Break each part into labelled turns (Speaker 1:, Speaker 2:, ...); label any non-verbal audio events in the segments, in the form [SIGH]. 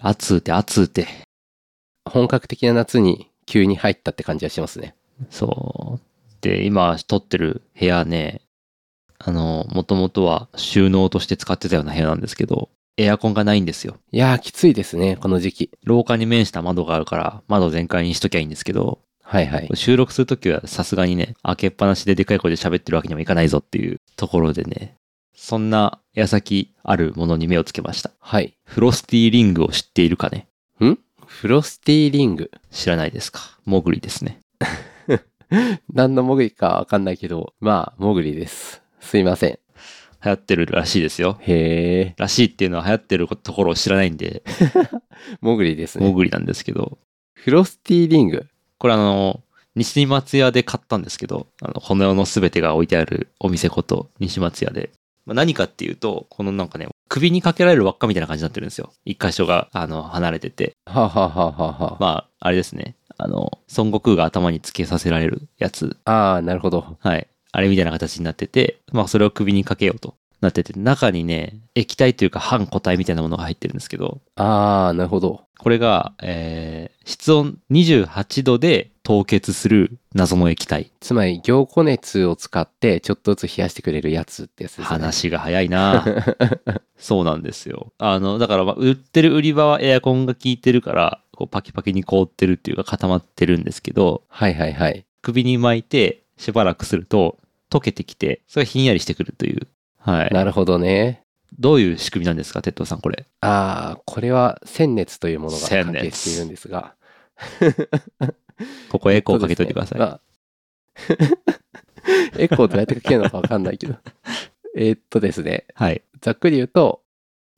Speaker 1: 暑うて暑うて。
Speaker 2: 本格的な夏に急に入ったって感じがしますね。
Speaker 1: そう。で、今撮ってる部屋ね、あの、もともとは収納として使ってたような部屋なんですけど、エアコンがないんですよ。
Speaker 2: いやー、きついですね、この時期。
Speaker 1: 廊下に面した窓があるから、窓全開にしときゃいいんですけど、
Speaker 2: はいはい。
Speaker 1: 収録するときはさすがにね、開けっぱなしででかい声で喋ってるわけにもいかないぞっていうところでね、そんな矢先あるものに目をつけました。
Speaker 2: はい。
Speaker 1: フロスティーリングを知っているかね
Speaker 2: フロスティーリング。
Speaker 1: 知らないですかモグリですね。
Speaker 2: [LAUGHS] 何のモグリかわかんないけど、まあ、モグリです。すいません。
Speaker 1: 流行ってるらしいですよ。
Speaker 2: へえ、
Speaker 1: らしいっていうのは流行ってるところを知らないんで、
Speaker 2: [LAUGHS] モグリです
Speaker 1: モ
Speaker 2: ね。
Speaker 1: グリなんですけど、
Speaker 2: フロスティーリング。
Speaker 1: これあの、西松屋で買ったんですけど、あの、この世のすべてが置いてあるお店こと西松屋で。まあ、何かっていうと、このなんかね、首にかけられる輪っかみたいな感じになってるんですよ。一箇所が、あの、離れてて。
Speaker 2: はあ、はあはあはあはあ、
Speaker 1: まあ、あれですね。あの、孫悟空が頭につけさせられるやつ。
Speaker 2: ああ、なるほど。
Speaker 1: はい。あれみたいな形になってて、まあ、それを首にかけようとなってて、中にね、液体というか半固体みたいなものが入ってるんですけど、
Speaker 2: ああ、なるほど。
Speaker 1: これが、えー、室温28度で凍結する謎の液体。
Speaker 2: つまり、凝固熱を使って、ちょっとずつ冷やしてくれるやつってやつですね。
Speaker 1: 話が早い
Speaker 2: [LAUGHS]
Speaker 1: なそうなんですよ。あの、だから、まあ売ってる売り場はエアコンが効いてるから、こうパキパキに凍ってるっていうか固まってるんですけど、
Speaker 2: はいはいはい。
Speaker 1: 首に巻いてしばらくすると溶けてきて、それがひんやりしてくるという。はい。
Speaker 2: なるほどね。
Speaker 1: どういう仕組みなんですか、鉄道さん、これ。
Speaker 2: ああ、これは、鮮熱というものが
Speaker 1: 鮮熱
Speaker 2: 関係しているんですが。
Speaker 1: ここエコーかけといてください。
Speaker 2: そうですねまあ [LAUGHS] エコーどうやってかけるのかわかんないけど。 [LAUGHS] えーっとですね、
Speaker 1: はい。
Speaker 2: ざっくり言うと、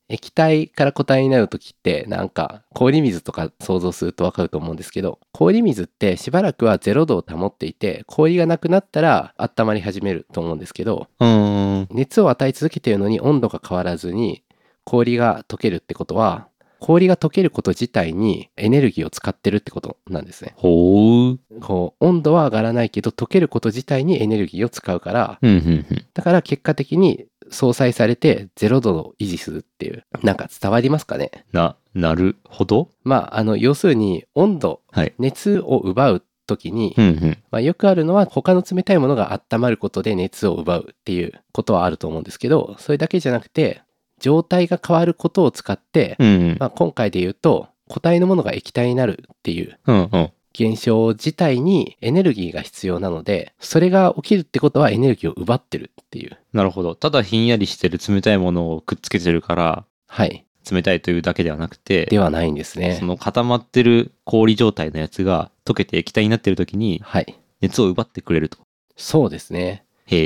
Speaker 2: 液体から固体になるときって、なんか氷水とか想像するとわかると思うんですけど、氷水ってしばらくは0度を保っていて、氷がなくなったら温まり始めると思うんですけど、
Speaker 1: うーん。
Speaker 2: 熱を与え続けているのに温度が変わらずに氷が溶けるってことは、氷が溶けること自体にエネルギーを使ってるってことなんですね。
Speaker 1: ほう。
Speaker 2: こう温度は上がらないけど溶けること自体にエネルギーを使うから
Speaker 1: うん、うん、うん。
Speaker 2: だから結果的に相殺されて0度を維持するっていうなんか伝わりますかね
Speaker 1: な、なるほど。
Speaker 2: まああの要するに温度、
Speaker 1: はい
Speaker 2: 熱を奪う時に、
Speaker 1: うん、うん。
Speaker 2: まあ、よくあるのは他の冷たいものが温まることで熱を奪うっていうことはあると思うんですけどそれだけじゃなくて状態が変わることを使って、
Speaker 1: うん、
Speaker 2: まあ、今回で言うと固体のものが液体になるっていう
Speaker 1: うん。うん、
Speaker 2: 現象自体にエネルギーが必要なのでそれが起きるってことはエネルギーを奪ってるっていう
Speaker 1: なるほど。ただひんやりしてる冷たいものをくっつけてるから、
Speaker 2: はい
Speaker 1: 冷たいというだけではなく
Speaker 2: で
Speaker 1: て、
Speaker 2: はないんですね
Speaker 1: その固まってる氷状態のやつが溶けて液体になってる時に
Speaker 2: はい
Speaker 1: 熱を奪ってくれると。
Speaker 2: そうですね
Speaker 1: へ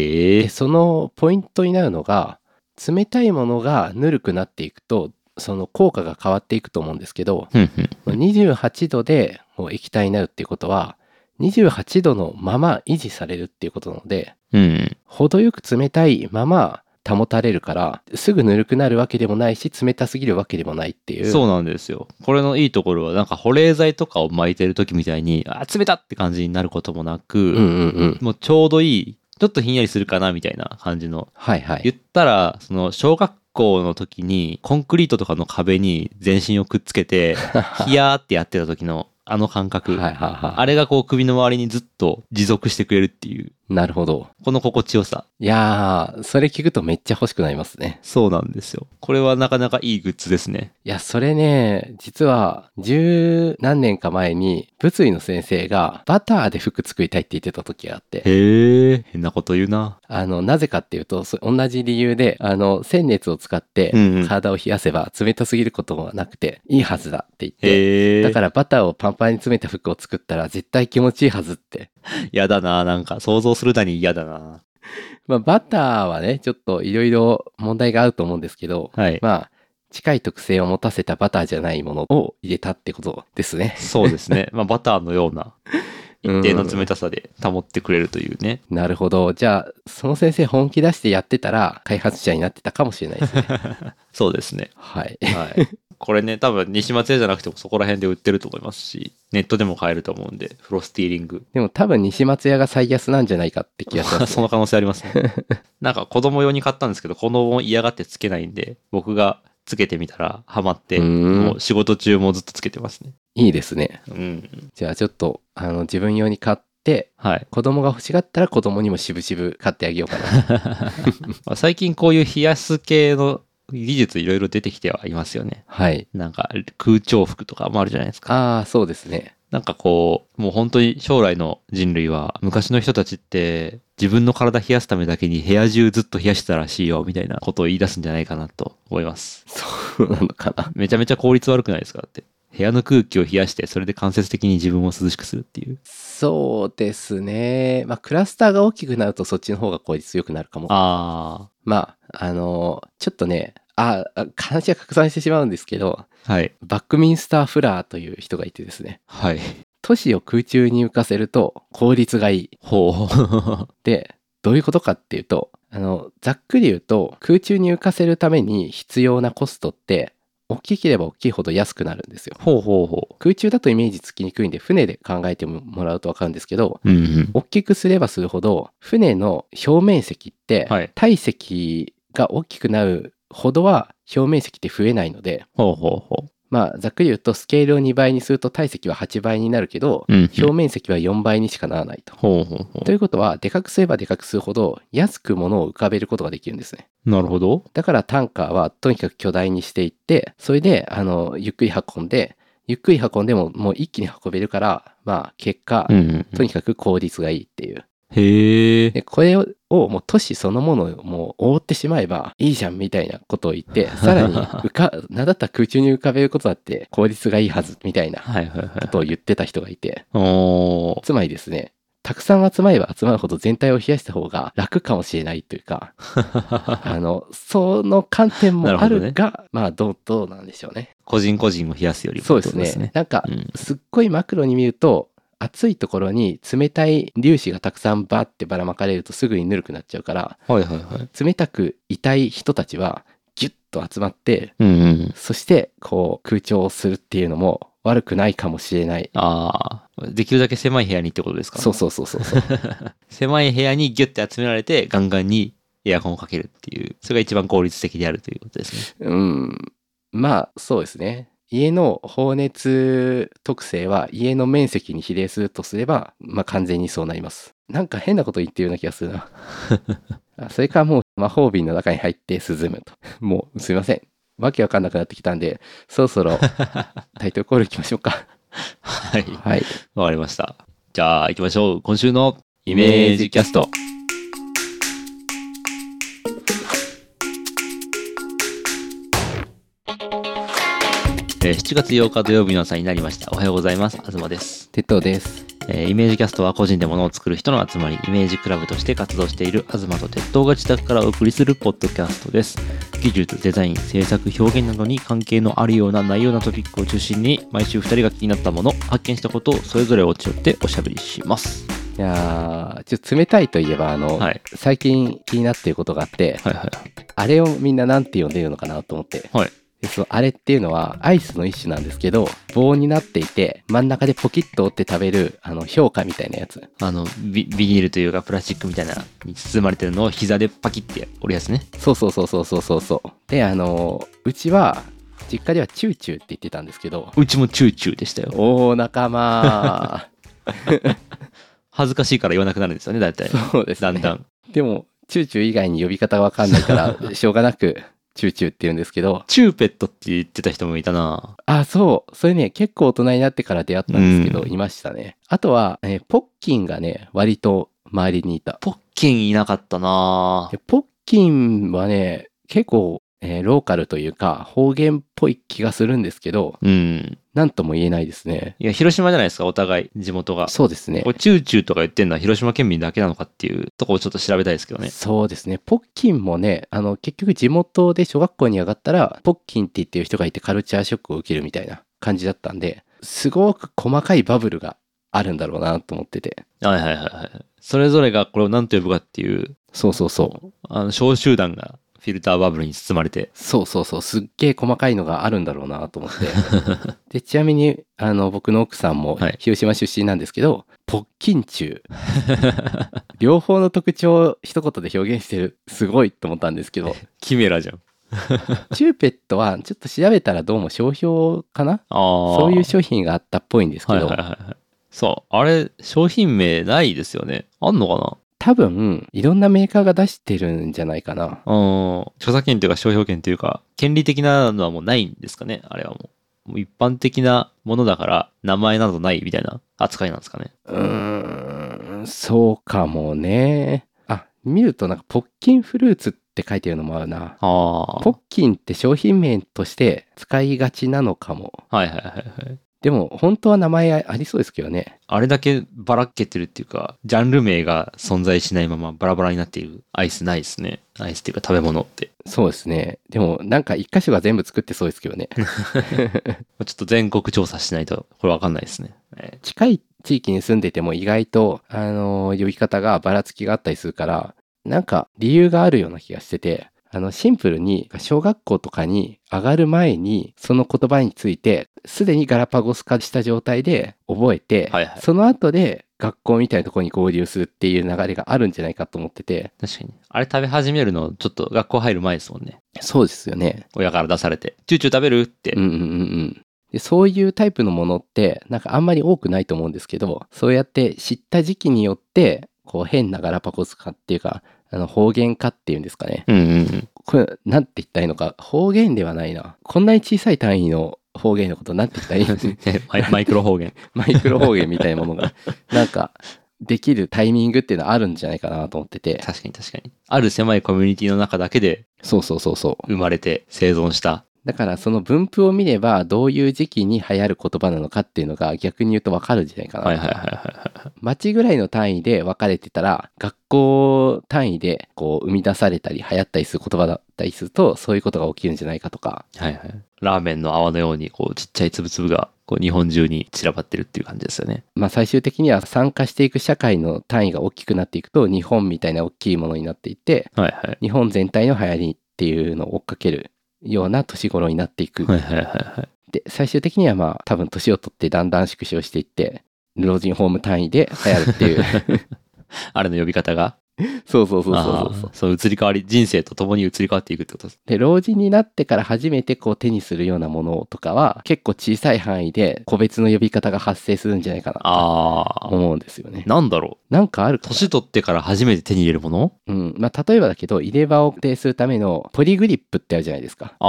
Speaker 2: で
Speaker 1: え。
Speaker 2: そのポイントになるのが冷たいものがぬるくなっていくとその効果が変わっていくと思うんですけど
Speaker 1: うんうん
Speaker 2: 28度でもう液体になるっていうことは28度のまま維持されるっていうことなので
Speaker 1: うん
Speaker 2: 程よく冷たいまま保たれるからすぐぬるくなるわけでもないし冷たすぎるわけでもないっていう
Speaker 1: うん、そうなんですよ。これのいいところは、なんか保冷剤とかを巻いてる時みたいに、あー、冷たって感じになることもなく、
Speaker 2: うんうんうん
Speaker 1: もうちょうどいい、ちょっとひんやりするかなみたいな感じの。
Speaker 2: はいはい
Speaker 1: 言ったら、その小学校の時に、コンクリートとかの壁に全身をくっつけ
Speaker 2: [LAUGHS]
Speaker 1: て、ヒヤーってやってた時のあの感覚。
Speaker 2: はいはいは
Speaker 1: あれがこう首の周りにずっと持続してくれるっていう、
Speaker 2: いなるほど
Speaker 1: この心地よさ。
Speaker 2: いやーそれ聞くとめっちゃ欲しくなりますね
Speaker 1: そうなんですよ。これはなかなかいいグッズですね。
Speaker 2: いやそれね実は十何年か前に物理の先生がバターで服作りたいって言ってた時があって
Speaker 1: へえ、変なこと言うな。
Speaker 2: あのなぜかっていうとそ同じ理由であの鮮熱を使って
Speaker 1: うんうん
Speaker 2: 体を冷やせば冷たすぎることはなくていいはずだって言って、
Speaker 1: へえ。
Speaker 2: だからバターをパンパンに詰めた服を作ったら絶対気持ちいいはずって
Speaker 1: 嫌だな、なんか想像するだに嫌だな。
Speaker 2: まあバターはねちょっといろいろ問題があると思うんですけど
Speaker 1: はい。
Speaker 2: まあ近い特性を持たせたバターじゃないものを入れたってことですね
Speaker 1: そうです [LAUGHS] ね。まあバターのような
Speaker 2: うん
Speaker 1: 一定の冷たさで保ってくれるというね。
Speaker 2: なるほどじゃあその先生本気出してやってたら開発者になってたかもしれない
Speaker 1: [LAUGHS]
Speaker 2: ですね
Speaker 1: そうですね。
Speaker 2: はい
Speaker 1: はい。これね、多分西松屋じゃなくてもそこら辺で売ってると思いますし、ネットでも買えると思うんで、フロスティーリング。
Speaker 2: でも多分西松屋が最安なんじゃないかって気がします、
Speaker 1: [LAUGHS]
Speaker 2: ね、
Speaker 1: その可能性ありますね。なんか子供用に買ったんですけど、子供も嫌がってつけないんで、僕がつけてみたらハマって、
Speaker 2: うん
Speaker 1: もう仕事中もずっとつけてますね。
Speaker 2: いいですね。
Speaker 1: うん。
Speaker 2: じゃあちょっと、あの、自分用に買って、
Speaker 1: はい。
Speaker 2: 子供が欲しがったら子供にもしぶしぶ買ってあげようか [LAUGHS] な。
Speaker 1: まあ最近こういう冷やす系の技術いろいろ出てきてはいますよね。
Speaker 2: はい。
Speaker 1: なんか空調服とかもあるじゃないですか。
Speaker 2: ああ、そうですね。
Speaker 1: なんかこう、もう本当に将来の人類は昔の人たちって自分の体冷やすためだけに部屋中ずっと冷やしてたらしいよみたいなことを言い出すんじゃないかなと思います。
Speaker 2: そうなのかな。
Speaker 1: めちゃめちゃ効率悪くないですかだって。部屋の空気を冷やしてそれで間接的に自分を涼しくするっていう。
Speaker 2: そうですね。まあ、クラスターが大きくなるとそっちの方が効率よくなるかも。
Speaker 1: あ
Speaker 2: まあ、あのちょっとね、ああ、話が拡散してしまうんですけど、
Speaker 1: あ。はい。
Speaker 2: バックミンスター・フラーという人がいてですね、
Speaker 1: はい。
Speaker 2: 都市を空中に浮かせると効率がいい。
Speaker 1: ほう。
Speaker 2: で、どういうことかっていうと、あの、ざっくり言うと、空中に浮かせるために必要なコストって、大きければ大きいほど安くなるんですよ。
Speaker 1: [LAUGHS] ほうほうほ
Speaker 2: 空中だとイメージつきにくいんで、船で考えてもらうとわかるんですけど、
Speaker 1: う。うんうん。
Speaker 2: 大きくすればするほど船の表面積って
Speaker 1: はい
Speaker 2: 体積が大きくなるほどは表面積って増えないので
Speaker 1: ほうほうほ
Speaker 2: まあざっくり言うとスケールを2倍にすると体積は8倍になるけど
Speaker 1: う。うん、
Speaker 2: 表面積は4倍にしかならないと。
Speaker 1: ほうほうほ
Speaker 2: ということはでかくすればでかくするほど安く物を浮かべることができるんですね。
Speaker 1: う。なるほど。
Speaker 2: だからタンカーはとにかく巨大にしていってそれであのゆっくり運んでゆっくり運んでももう一気に運べるからまあ結果
Speaker 1: うんうんう
Speaker 2: と
Speaker 1: ん。
Speaker 2: にかく効率がいいっていう
Speaker 1: へえ。
Speaker 2: でこれをもう都市そのものをもう覆ってしまえばいいじゃんみたいなことを言
Speaker 1: [LAUGHS]
Speaker 2: ってさらに浮か [LAUGHS] なんだったら空中に浮かべることだって効率がいいはずみたいな
Speaker 1: はいはいはい
Speaker 2: ことを言ってた人がいて。
Speaker 1: おー。
Speaker 2: つまりですねたくさん集まれば集まるほど全体を冷やした方が楽かもしれないという [LAUGHS] かあのその観点もある
Speaker 1: なる
Speaker 2: がまあどうどうなんでしょうね
Speaker 1: 個人個人を冷やすよりも
Speaker 2: そうですね
Speaker 1: ってこと
Speaker 2: なんか
Speaker 1: うん
Speaker 2: すっごいマクロに見ると暑いところに冷たい粒子がたくさんバーってばらまかれるとすぐにぬるくなっちゃうから
Speaker 1: はいはいはい。
Speaker 2: 冷たくいたい人たちはギュッと集まって
Speaker 1: うんうん。
Speaker 2: そしてこう空調をするっていうのも悪くないかもしれない
Speaker 1: ああ。できるだけ狭い部屋にってことですか
Speaker 2: そうそうそうそうそう
Speaker 1: 狭い部屋にギュッて集められて、ガンガンにエアコンをかけるっていう。それが一番効率的であるということですね。
Speaker 2: うんまあそうですね家の放熱特性は家の面積に比例するとすればまあ完全にそうなりますなんか変なこと言ってるような気がす
Speaker 1: [LAUGHS]
Speaker 2: るなあそれからもう魔法瓶の中に入って涼むともうすいませんわけわかんなくなってきたんでそろそ
Speaker 1: [LAUGHS]
Speaker 2: ろタイトルコールいきましょうか
Speaker 1: はい。
Speaker 2: はい
Speaker 1: わかりました。じゃあ行きましょう。今週のイメージキャスト。えー7月8日土曜日の朝になりました。おはようございます。東です。
Speaker 2: 鉄道です
Speaker 1: えーイメージキャストは個人で物を作る人の集まり、イメージクラブとして活動している東と鉄道が自宅からお送りするポッドキャストです。技術、デザイン、制作、表現などに関係のあるような内容なトピックを中心に、毎週2人が気になったもの、発見したことをそれぞれ落ち寄っておしゃべりします。
Speaker 2: いやーちょっと冷たいといえばあの、
Speaker 1: はい。
Speaker 2: 最近気になっていることがあって
Speaker 1: はいはい。
Speaker 2: あれをみんななんて呼んでるのかなと思って、
Speaker 1: はい
Speaker 2: でそのあれっていうのはアイスの一種なんですけど棒になっていて真ん中でポキッと折って食べるあの評価みたいなやつ
Speaker 1: あのビ、ビニールというかプラスチックみたいなのに包まれてるのを膝でパキって折るやつね。
Speaker 2: そうそうそうそうそうそうそうであのうちは実家ではチューチューって言ってたんですけど
Speaker 1: うちもチューチューでしたよ。
Speaker 2: おお
Speaker 1: [LAUGHS]
Speaker 2: 仲間
Speaker 1: 恥ずかしいから言わなくなるんですよね、大体。
Speaker 2: そうです
Speaker 1: だ
Speaker 2: ね
Speaker 1: んだん。
Speaker 2: でもチューチュー以外に呼び方がわかんないからしょうがなくチューチューって言うんですけど
Speaker 1: チューペットって言ってた人もいたな
Speaker 2: あ、そう。それね、結構大人になってから出会ったんですけど、
Speaker 1: うん
Speaker 2: いましたね。あとは、えーポッキンがね、割と周りにいた。
Speaker 1: ポッキンいなかったな
Speaker 2: でポッキンはね、結構、えーローカルというか、方言っぽい気がするんですけど、
Speaker 1: うん。
Speaker 2: なんとも言えないですね。
Speaker 1: いや、広島じゃないですか、お互い、地元が。
Speaker 2: そうですね
Speaker 1: こ。れチューチューとか言ってんのは広島県民だけなのかっていうとこをちょっと調べたいですけどね。
Speaker 2: そうですね。ポッキンもね、あの、結局地元で小学校に上がったら、ポッキンって言ってる人がいてカルチャーショックを受けるみたいな感じだったんで、すごく細かいバブルがあるんだろうなと思ってて。
Speaker 1: はいはいはいはい。それぞれがこれを何と呼ぶかっていう、
Speaker 2: そうそうそう。
Speaker 1: あの、小集団がフィルターバブルに包まれて。
Speaker 2: そうそうそう、すっげえ細かいのがあるんだろうなと
Speaker 1: [LAUGHS]
Speaker 2: 思って。で、ちなみに、あの、僕の奥さんも
Speaker 1: はい
Speaker 2: 広島出身なんですけど、ポッキン中。
Speaker 1: [LAUGHS]
Speaker 2: 両方の特徴を一言で表現してる、すごいと思ったんですけど、
Speaker 1: キメラじゃん。
Speaker 2: チューペットはちょっと調べたらどうも商標かな
Speaker 1: ああ。
Speaker 2: そういう商品があったっぽいんですけ
Speaker 1: はい
Speaker 2: ど、
Speaker 1: はいはいはい。そう、あれ、商品名ないですよね。あんのか
Speaker 2: 多分いろんなメーカーが出してるんじゃないかな
Speaker 1: なうん。著作権というか商標権というか、権利的なのはもうないんですかね、あれはもう。もう一般的なものだから、名前などないみたいな扱いなんですかね。
Speaker 2: うーんそうかもねあ見るとなんかポッキンフルーツって書いてるのもあるな
Speaker 1: あ
Speaker 2: ポッキンって商品名として使いがちなのかも
Speaker 1: あ。はいはいはいはい。
Speaker 2: でも本当は名前ありそうですけどね
Speaker 1: あれだけばらけてるっていうか、ジャンル名が存在しないままバラバラになっているアイスないですね。アイスっていうか食べ物って。
Speaker 2: そうですねでもなんか一箇所が全部作ってそうですけどね
Speaker 1: ちょっと全国調査しないと、これわかんないですね。え
Speaker 2: 近い地域に住んでても意外と、あのー呼び方がばらつきがあったりするからなんか理由があるような気がしててあのシンプルに小学校とかに上がる前にその言葉についてすでにガラパゴス化した状態で覚えて、
Speaker 1: はいはい
Speaker 2: その後で学校みたいなところに合流するっていう流れがあるんじゃないかと思ってて
Speaker 1: 確かに。あれ食べ始めるの、ちょっと学校入る前ですもんね。
Speaker 2: そうですよね
Speaker 1: 親から出されて、チューチュー食べるって。
Speaker 2: うんうんうんうん。で、そういうタイプのものって、なんかあんまり多くないと思うんですけど、そうやって知った時期によって、こう変なガラパゴス化っていうか、あの方言化っていうんですかね。
Speaker 1: うんうんうん。
Speaker 2: これ、なんて言ったらいいのか、方言ではないな。こんなに小さい単位の方言のこと、なんて言った
Speaker 1: [LAUGHS]
Speaker 2: らいいの
Speaker 1: ね [LAUGHS] マイマイクロ方言。
Speaker 2: マイクロ方言みたいなものが、なんか、できるタイミングっていうのはあるんじゃないかなと思ってて。
Speaker 1: 確かに確かに。ある狭いコミュニティの中だけで
Speaker 2: そうそうそうそう。
Speaker 1: 生まれて生存した。
Speaker 2: だからその分布を見れば、どういう時期に流行る言葉なのかっていうのが逆に言うとわかるんじゃないかな。
Speaker 1: はいはいはいはいはい。
Speaker 2: 町ぐらいの単位で分かれてたら学校単位でこう生み出されたり流行ったりする言葉だったりするとそういうことが起きるんじゃないかとか
Speaker 1: はいはい。ラーメンの泡のように、こう、ちっちゃい粒々が、こう、日本中に散らばってるっていう感じですよね。
Speaker 2: まあ最終的には参加していく社会の単位が大きくなっていくと日本みたいな大きいものになっていって
Speaker 1: はいはい。
Speaker 2: 日本全体の流行りっていうのを追っかけるような年頃になっていく、
Speaker 1: はいはいはいはい。
Speaker 2: で最終的にはまあ多分年を取ってだんだん縮小していって老人ホーム単位で流行るって
Speaker 1: [LAUGHS]
Speaker 2: いう [LAUGHS]
Speaker 1: あれの呼び方が。
Speaker 2: そうそうそうそうそうそう
Speaker 1: あーそう移り変わり、人生と共に移り変わっていくってことです。
Speaker 2: で老人になってから初めてこう手にするようなものとかは結構小さい範囲で個別の呼び方が発生するんじゃないかな
Speaker 1: あ
Speaker 2: と
Speaker 1: あ。
Speaker 2: 思うんですよね。
Speaker 1: なんだろう。
Speaker 2: なんかあるかな
Speaker 1: 年取ってから初めて手に入れるもの
Speaker 2: うんまあ、例えばだけど入れ歯を固定するためのポリグリップってあるじゃないですか。
Speaker 1: ああ。
Speaker 2: で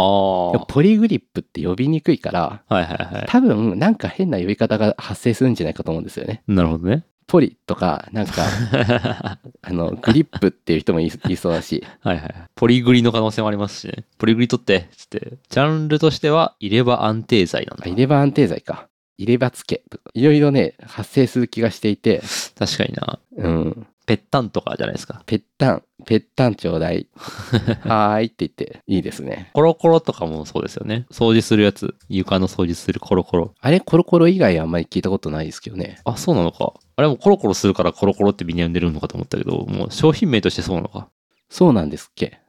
Speaker 2: もポリグリップって呼びにくいから
Speaker 1: はいはいはい。
Speaker 2: 多分なんか変な呼び方が発生するんじゃないかと思うんですよね。
Speaker 1: なるほどね。 [LAUGHS]
Speaker 2: ポリとかなん [LAUGHS] かあのグリップっていう人もいいそうだし
Speaker 1: はいはい。ポリグリの可能性もありますしね。ポリグリ取って、つって。ジャンルとしては、入れ歯安定剤なん
Speaker 2: あ
Speaker 1: だ。
Speaker 2: 入れ歯安定剤か入れ歯つけとかいろいろね発生する気がしていて、
Speaker 1: 確かにな。
Speaker 2: うん、
Speaker 1: ぺったんとかじゃないですか。
Speaker 2: ぺったん、ぺったんちょうだ [LAUGHS] い。はーいって言って、いいですね。
Speaker 1: コロコロとかもそうですよね。掃除するやつ。床の掃除するコロコロ。
Speaker 2: あれ、コロコロ以外あんまり聞いたことないですけどね。
Speaker 1: あ、そうなのか。あれもコロコロするからコロコロってみんな呼んでるのかと思ったけど、もう商品名としてそうなのか。
Speaker 2: そうなんですっけ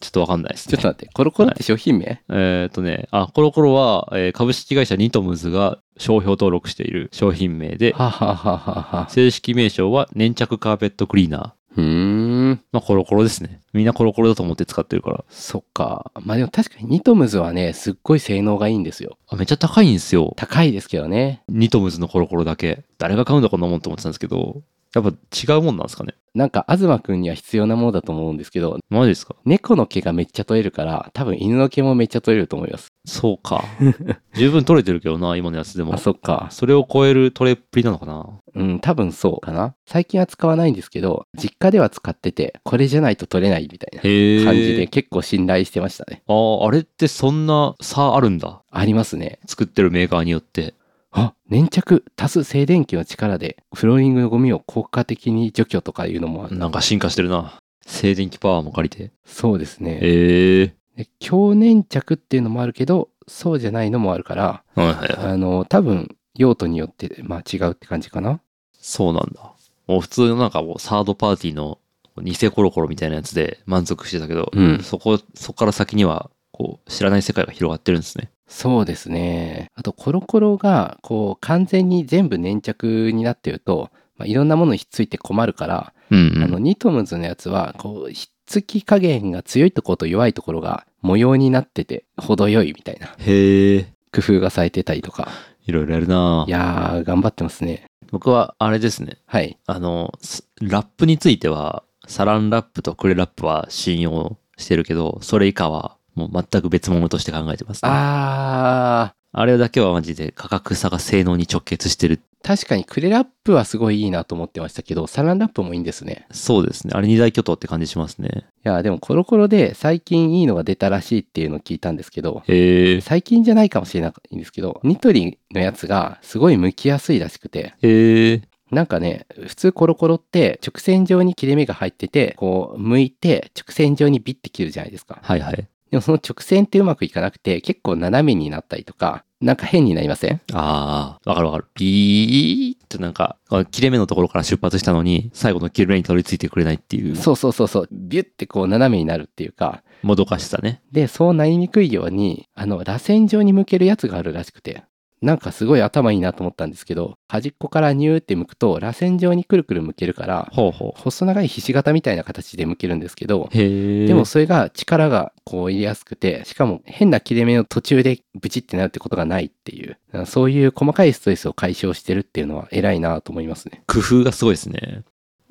Speaker 1: ちょっとわかんないです
Speaker 2: ち
Speaker 1: ね。
Speaker 2: ょっと待って、コロコロって商品名、
Speaker 1: えーっとね、あ、コロコロは、えー株式会社ニトムズが商標登録している商品名で、
Speaker 2: ははははは。
Speaker 1: 正式名称は粘着カーペットクリーナー。
Speaker 2: うーん、
Speaker 1: まあコロコロですね。みんなコロコロだと思って使ってるから。
Speaker 2: そっか。まあでも確かにニトムズはね、すっごい性能がいいんですよ。
Speaker 1: あ、めっちゃ高いんですよ。
Speaker 2: 高いですけどね。
Speaker 1: ニトムズのコロコロだけ。誰が買うんだこんなもんと思ってたんですけど、やっぱ違うもんなんですかね。
Speaker 2: なんか、東くんには必要なものだと思うんですけど、
Speaker 1: マジですか
Speaker 2: 猫の毛がめっちゃ取れるから、多分犬の毛もめっちゃ取れると思います。
Speaker 1: そう
Speaker 2: [LAUGHS]
Speaker 1: か。十分取れてるけどな、今のやつでも
Speaker 2: あ、。そっか。
Speaker 1: それを超える取れっぷりなのかな。
Speaker 2: うん、多分そうかな。最近は使わないんですけど、実家では使ってて、これじゃないと取れないみたいな
Speaker 1: へえ。
Speaker 2: 感じで結構信頼してましたね。
Speaker 1: ああ、あれってそんな差あるんだ。
Speaker 2: ありますね。
Speaker 1: 作ってるメーカーによって。
Speaker 2: あ、粘着足す静電気の力で、フローリングのゴミを効果的に除去とかいうのもある。
Speaker 1: なんか進化してるな。静電気パワーも借りて。
Speaker 2: そうですね。
Speaker 1: へえ。
Speaker 2: で強粘着っていうのもあるけど、そうじゃないのもあるから、
Speaker 1: はいはいはい。
Speaker 2: あの、多分用途によって、まあ違うって感じかな。
Speaker 1: そうなんだ。もう普通のなんかもうサードパーティーの偽コロコロみたいなやつで満足してたけど、
Speaker 2: うん
Speaker 1: そこ、そこから先には、こう、知らない世界が広がってるんですね。
Speaker 2: そうですね。あと、コロコロが、こう、完全に全部粘着になってると、まあ、いろんなものにひっついて困るから、
Speaker 1: うん、
Speaker 2: あの、ニトムズのやつは、こう、ひっつき加減が強いところと弱いところが模様になってて程よいみたいな
Speaker 1: へえ、
Speaker 2: 工夫がされてたりとか
Speaker 1: いろいろやるない
Speaker 2: やー頑張ってますね
Speaker 1: 僕はあれですね。
Speaker 2: はい
Speaker 1: あの、スラップについては、サランラップとクレラップは信用してるけど、それ以下はもう全く別物として考えてます、ね。
Speaker 2: あ
Speaker 1: あれだけはマジで価格差が性能に直結してる。
Speaker 2: ー確かにクレラップはすごいいいなと思ってましたけどサランラップもいいんですね
Speaker 1: そうですね。あれ二大巨頭って感じしますね。
Speaker 2: いやーでもコロコロで最近いいのが出たらしいっていうのを聞いたんですけど
Speaker 1: へえ。
Speaker 2: 最近じゃないかもしれないんですけどニトリのやつがすごい剥きやすいらしくて
Speaker 1: へえ。
Speaker 2: なんかね、普通コロコロって直線上に切れ目が入ってて、こう、向いて直線上にビッて切るじゃないですか。
Speaker 1: はいはい。
Speaker 2: でもその直線ってうまくいかなくて、結構斜めになったりとか、なんか変になりません
Speaker 1: ああ、わかるわかる。ビーってなんか、あ切れ目のところから出発したのに、最後の切れ目にたどり着いてくれないっていう、
Speaker 2: そうそうそうそう、ビュってこう斜めになるっていうか、
Speaker 1: もどかしさね。
Speaker 2: で、そうなりにくいように、あの、螺旋状に向けるやつがあるらしくて、なんかすごい頭いいなと思ったんですけど、端っこからニューって向くと、螺旋状にくるくる向けるから、
Speaker 1: ほうほ
Speaker 2: 細長いひし形みたいな形で向けるんですけど、
Speaker 1: う。へえ。
Speaker 2: でも、それが力がこう入れやすくて、しかも変な切れ目の途中でブチってなるってことがないっていう、そういう細かいストレスを解消してるっていうのは偉いなと思いますね。
Speaker 1: 工夫がすごいですね。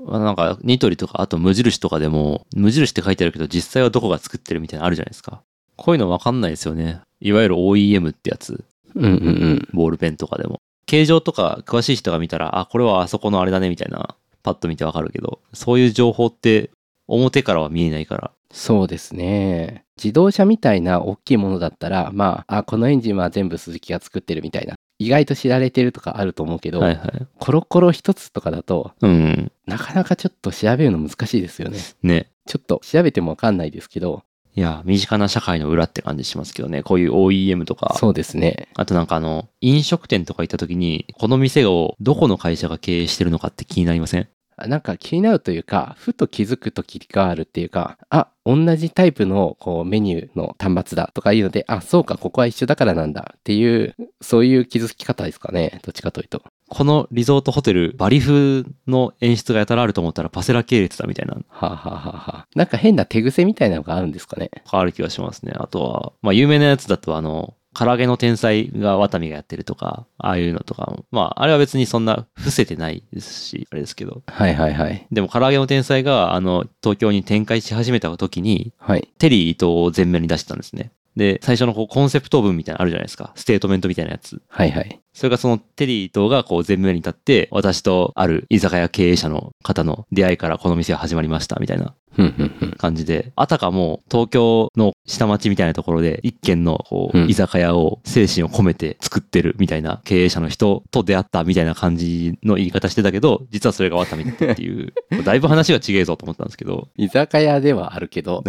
Speaker 1: あなんか、ニトリとか、あと無印とかでも、無印って書いてあるけど、実際はどこが作ってるみたいなのあるじゃないですか。こういうのわかんないですよね。いわゆる OEM ってやつ。
Speaker 2: うんうんうん。
Speaker 1: ボールペンとかでも。形状とか詳しい人が見たら、あ、これはあそこのあれだねみたいな、パッと見てわかるけど、そういう情報って表からは見えないから。
Speaker 2: そうですね。自動車みたいな大きいものだったら、まあ、あ、このエンジンは全部鈴木が作ってるみたいな。意外と知られてるとかあると思うけど、
Speaker 1: はいはい。
Speaker 2: コロコロ一つとかだと、
Speaker 1: うん。
Speaker 2: なかなかちょっと調べるの難しいですよね。
Speaker 1: ね。
Speaker 2: ちょっと調べてもわかんないですけど、
Speaker 1: いや、身近な社会の裏って感じしますけどね。こういう OEM とか。
Speaker 2: そうですね。
Speaker 1: あとなんかあの、飲食店とか行った時に、この店をどこの会社が経営してるのかって気になりません
Speaker 2: あなんか気になるというか、ふと気づくときがあるっていうか、あ、同じタイプのこうメニューの端末だとかいうので、あ、そうか、ここは一緒だからなんだっていう、そういう気づき方ですかね。どっちかというと。
Speaker 1: このリゾートホテル、バリ風の演出がやたらあると思ったらパセラ系列だみたいなの
Speaker 2: はあ、はあはあはあ、なんか変な手癖みたいなのがあるんですかね。
Speaker 1: がある気がしますね。あとは、まあ有名なやつだとあの、唐揚げの天才がワタミがやってるとか、ああいうのとかも、まああれは別にそんな伏せてないですし、あれですけど。
Speaker 2: はいはいはい。
Speaker 1: でも唐揚げの天才があの、東京に展開し始めた時に、
Speaker 2: はい。
Speaker 1: テリー伊藤を前面に出してたんですね。で、最初のこうコンセプト文みたいなのあるじゃないですか。ステートメントみたいなやつ。
Speaker 2: はいはい。
Speaker 1: それがそのテリー伊藤がこう前面に立って、私とある居酒屋経営者の方の出会いからこの店は始まりましたみたいな
Speaker 2: ふんふんふん。
Speaker 1: 感じで、あたかも東京の下町みたいなところで一軒のこう
Speaker 2: うん
Speaker 1: 居酒屋を精神を込めて作ってるみたいな経営者の人と出会ったみたいな感じの言い方してたけど、実はそれがワタミだったっていう、だいぶ話が違えぞと思ったんですけど、
Speaker 2: 居酒屋ではあるけど、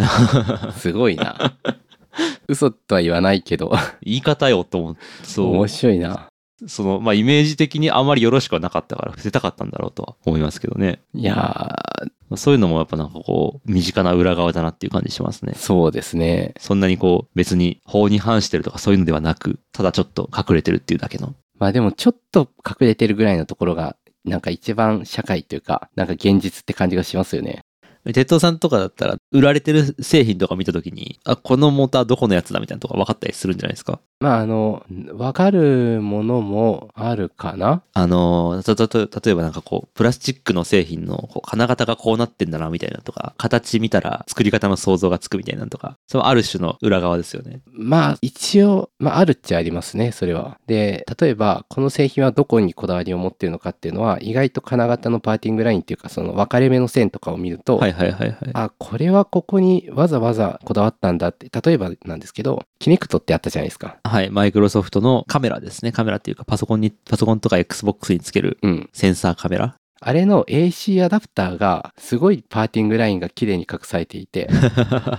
Speaker 2: すごいな。嘘とは言わないけど、
Speaker 1: 言い方よと思って、そう
Speaker 2: 面。白いな。
Speaker 1: その、まあ、イメージ的にあまりよろしくはなかったから、伏せたかったんだろうとは思いますけどね。
Speaker 2: いやー、
Speaker 1: まあそういうのもやっぱなんかこう、身近な裏側だなっていう感じしますね。
Speaker 2: そうですね。
Speaker 1: そんなにこう、別に法に反してるとかそういうのではなく、ただちょっと隠れてるっていうだけの。
Speaker 2: まあでもちょっと隠れてるぐらいのところが、なんか一番社会というか、なんか現実って感じがしますよね。
Speaker 1: 鉄道さんとかだったら、売られてる製品とか見たときに、あ、このモーターどこのやつだみたいなとか分かったりするんじゃないですか。
Speaker 2: まああの、わかるものもあるかな
Speaker 1: あのー、たと、たと、例えばなんかこう、プラスチックの製品のこう金型がこうなってんだなみたいなとか、形見たら作り方の想像がつくみたいなのとか、そのある種の裏側ですよね。
Speaker 2: まあ一応、まああるっちゃありますね、それは。で、例えばこの製品はどこにこだわりを持ってるのかっていうのは、意外と金型のパーティングラインっていうか、その分かれ目の線とかを見ると、
Speaker 1: はいはいはいはい。
Speaker 2: あ、これはここにわざわざこだわったんだって、例えばなんですけど、キネクトってあったじゃないですか。
Speaker 1: はい、マイクロソフトのカメラですね。カメラっていうか、パソコンに、パソコンとか Xbox につける
Speaker 2: うん。
Speaker 1: センサーカメラ。
Speaker 2: あれの AC アダプターがすごいパーティングラインが綺麗に隠されていて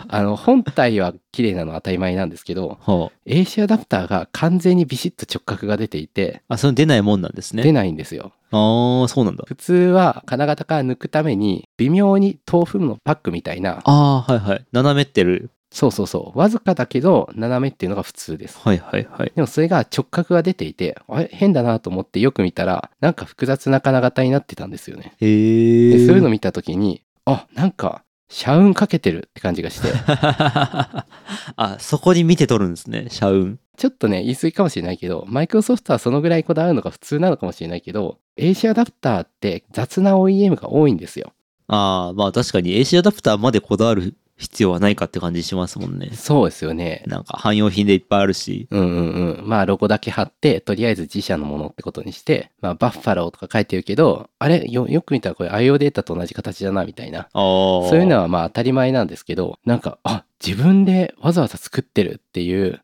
Speaker 2: あの本体は綺麗なのは当たり前なんですけど
Speaker 1: ほう。
Speaker 2: AC アダプターが完全にビシッと直角が出ていて
Speaker 1: あ、その出ないもんなんです
Speaker 2: 出
Speaker 1: ね。
Speaker 2: ないんですよ
Speaker 1: ああ、そうなんだ。
Speaker 2: 普通は金型から抜くために微妙に豆腐のパックみたいな
Speaker 1: ああ、はいはい。斜めってる。
Speaker 2: そうそうそうわずかだけど斜めっていうのが普通です
Speaker 1: はいはいはい。
Speaker 2: でもそれが直角が出ていてあれ変だなと思ってよく見たらなんか複雑な金型になってたんですよね
Speaker 1: へえ。
Speaker 2: でそういうの見た時にあなんか社運かけてるって感じ
Speaker 1: [LAUGHS]
Speaker 2: がして、
Speaker 1: [LAUGHS] あ、そこに見て取るんですね、社運。
Speaker 2: ちょっとね、言い過ぎかもしれないけど、マイクロソフトはそのぐらいこだわるのが普通なのかもしれないけど、AC アダプターって雑な OEM が多いんですよ。
Speaker 1: ああ、まあ確かに AC アダプターまでこだわる必要はないかって感じしますもんね。
Speaker 2: そうですよね。
Speaker 1: なんか汎用品でいっぱいあるし。
Speaker 2: うんうんうん。まあ、ロゴだけ貼って、とりあえず自社のものってことにして、まあ、バッファローとか書いてるけど、あれよ、よく見たらこれ IO データと同じ形だな、みたい
Speaker 1: あ
Speaker 2: な。
Speaker 1: あ。そ
Speaker 2: そういうのはまあ当たり前なんですけど、なんか、あ、自分でわざわざ作ってるっていう、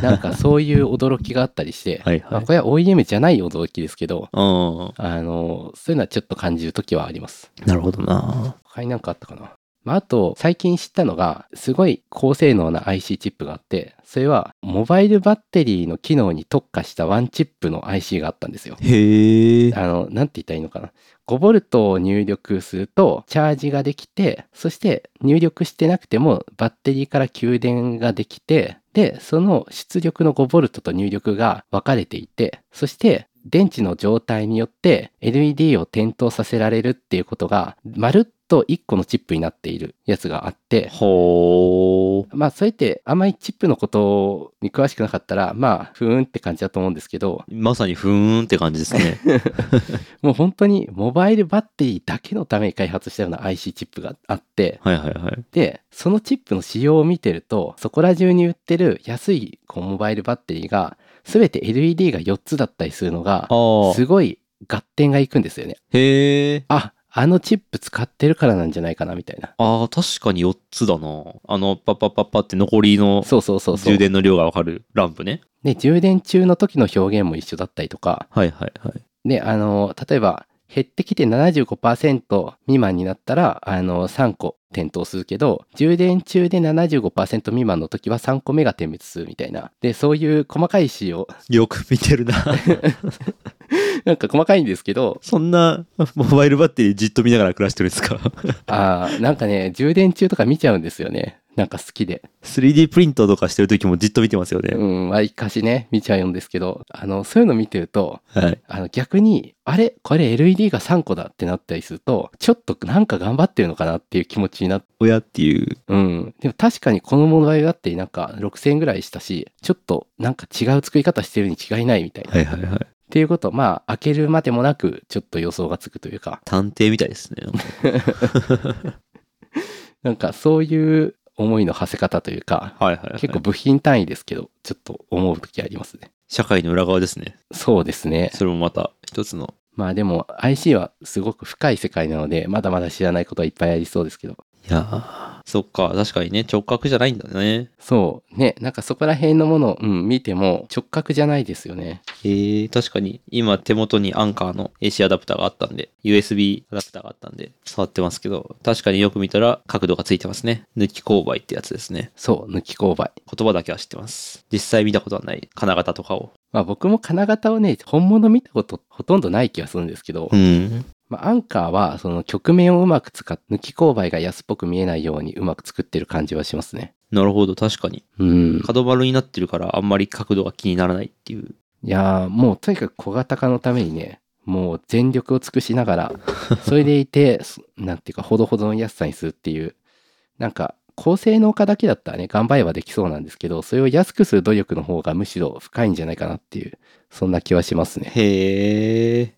Speaker 2: なんかそういう驚きがあったりして、
Speaker 1: はい
Speaker 2: ま
Speaker 1: は
Speaker 2: あ、
Speaker 1: い。
Speaker 2: これは OEM じゃない驚きですけど、
Speaker 1: [LAUGHS] う
Speaker 2: あの、そういうのはちょっと感じるときはあります。
Speaker 1: ん。なるほどな。
Speaker 2: 他になんかあったかな。まあ、あと、最近知ったのが、すごい高性能な IC チップがあって、それは、モバイルバッテリーの機能に特化したワンチップの IC があったんですよ。
Speaker 1: へえ。
Speaker 2: あの、なんて言ったらいいのかな。5V を入力すると、チャージができて、そして入力してなくても、バッテリーから給電ができて、で、その出力の 5V と入力が分かれていて、そして、電池の状態によって LED を点灯させられるっていうことが、まるっと1個のチップになっているやつがあって、
Speaker 1: ほ
Speaker 2: まあ、それってあんまりチップのことに詳しくなかったら、まあ、ふーんって感じだと思うんですけど、
Speaker 1: う。まさにふーんって感じですね。
Speaker 2: もう本当にモバイルバッテリーだけのために開発したような IC チップがあって、
Speaker 1: はいはいはい。
Speaker 2: で、そのチップの仕様を見てると、そこら中に売ってる安いこうモバイルバッテリーが、すべて LED が4つだったりするのが、
Speaker 1: ああ。
Speaker 2: すごい合点がいくんですよね。
Speaker 1: へえ。
Speaker 2: あ、あのチップ使ってるからなんじゃないかなみたいな。
Speaker 1: ああ、確かに4つだな。あの、パッパッパッパって残りの
Speaker 2: そうそうそうそう。
Speaker 1: 充電の量がわかるランプね。
Speaker 2: で、充電中の時の表現も一緒だったりとか、
Speaker 1: はいはいはい。
Speaker 2: で、あの、例えば、減ってきて75%未満になったら、あの、3個点灯するけど、充電中で75%未満の時は3個目が点滅するみたいな。で、そういう細かい仕様、 [LAUGHS]
Speaker 1: よく見てるな。 [LAUGHS]
Speaker 2: なんか細かいんですけど、
Speaker 1: そんなモバイルバッテリーじっと見ながら暮らしてるんですか [LAUGHS]
Speaker 2: あーなんかね、充電中とか見ちゃうんですよね。なんか好きで。
Speaker 1: 3D プリントとかしてる時もじっと見てますよね。
Speaker 2: うん、わりかしね、見ちゃうんですけど、あの、そういうの見てると、
Speaker 1: はい。
Speaker 2: あの逆に、あれこれ LED が3個だってなったりすると、ちょっとなんか頑張ってるのかなっていう気持ちになって
Speaker 1: 親っていう。
Speaker 2: うん。でも確かにこの問題だってなんか6000円ぐらいしたし、ちょっとなんか違う作り方してるに違いないみたいな。っ
Speaker 1: はいはいはい。
Speaker 2: ていうこと、まあ開けるまでもなくちょっと予想がつくというか、
Speaker 1: 探偵みたいですね。
Speaker 2: なんかそういう思いの馳せ方というか、
Speaker 1: はいはい、はい。
Speaker 2: 結構部品単位ですけど、ちょっと思う時ありますね。
Speaker 1: 社会の裏側ですね。
Speaker 2: そうですね。
Speaker 1: それもまた一つの。
Speaker 2: まあでも IC はすごく深い世界なので、まだまだ知らないことはいっぱいありそうですけど、
Speaker 1: いやーそっか。確かにね、直角じゃないんだね。
Speaker 2: そうね、なんかそこら辺のものを、うん、見ても直角じゃないですよね。
Speaker 1: へえ、確かに今手元にアンカーの AC アダプターがあったんで、USB アダプターがあったんで、触ってますけど、確かによく見たら角度がついてますね。抜き勾配ってやつですね。
Speaker 2: そう、抜き勾配。
Speaker 1: 言葉だけは知ってます。実際見たことはない金型とかを。
Speaker 2: まあ僕も金型をね、本物見たことほとんどない気がするんですけど、
Speaker 1: ん。
Speaker 2: まあアンカーはその曲面をうまく使って、抜き勾配が安っぽく見えないようにうまく作ってる感じはしますね。
Speaker 1: なるほど、確かに。
Speaker 2: うん。
Speaker 1: 角丸になってるからあんまり角度が気にならないっていう。
Speaker 2: いやーもうとにかく小型化のためにね、もう全力を尽くしな [LAUGHS] がら、それでいて、そなんていうか、ほどほどの安さにするっていう、なんか、高性能化だけだったらね、頑張ればできそうなんですけど、それを安くする努力の方がむしろ深いんじゃないかなっていう、そんな気はしますね。
Speaker 1: へえ。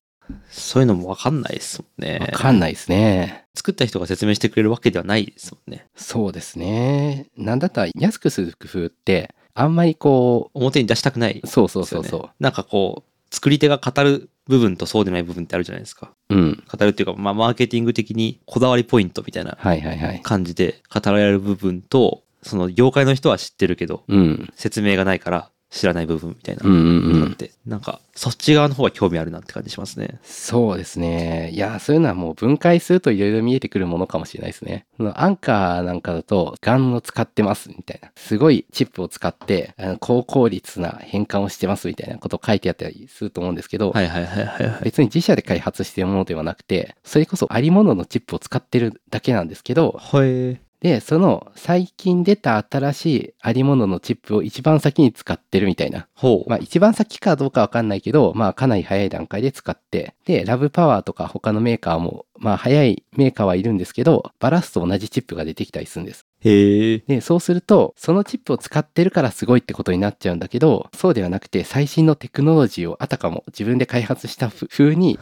Speaker 1: そういうのもわかんないですもん
Speaker 2: わ
Speaker 1: ね。
Speaker 2: かんないですね。
Speaker 1: 作った人が説明してくれるわけではないですもんね。
Speaker 2: そうですね。なんだったら安くする工夫って、あんまりこ、。
Speaker 1: 表に出したくないう
Speaker 2: そうそう
Speaker 1: です
Speaker 2: そ
Speaker 1: よ
Speaker 2: う
Speaker 1: ね
Speaker 2: そう。
Speaker 1: なんかこう、作り手が語る部分とそうでない部分ってあるじゃないですか。
Speaker 2: うん。
Speaker 1: 語るっていうか、まあ、マーケティング的にこだわりポイントみたいな
Speaker 2: はいはいはい。
Speaker 1: 感じで語られる部分と、その業界の人は知ってるけど、
Speaker 2: うん。
Speaker 1: 説明がないから知らない部分みたいな
Speaker 2: うんうんう
Speaker 1: のがあっ
Speaker 2: ん。
Speaker 1: て、なんかそっち側の方が興味あるなって感じしますね。
Speaker 2: そうですね。いや、そういうのはもう分解するといろいろ見えてくるものかもしれないですね。そのアンカーなんかだと、ガンを使ってますみたいな。すごいチップを使って、あの高効率な変換をしてますみたいなことを書いてあったりすると思うんですけど、
Speaker 1: はいはいはいはいはい。
Speaker 2: 別に自社で開発しているものではなくて、それこそありもののチップを使ってるだけなんですけど、
Speaker 1: はい。
Speaker 2: で、その最近出た新しいありもののチップを一番先に使ってるみたいな。
Speaker 1: ほう。
Speaker 2: まあ一番先かどうかわかんないけど、まあかなり早い段階で使って、で、ラブパワーとか他のメーカーも、まあ早いメーカーはいるんですけど、バラすと同じチップが出てきたりするんです。
Speaker 1: へえ。
Speaker 2: で、そうすると、そのチップを使ってるからすごいってことになっちゃうんだけど、そうではなくて、最新のテクノロジーをあたかも自分で開発したふ風に、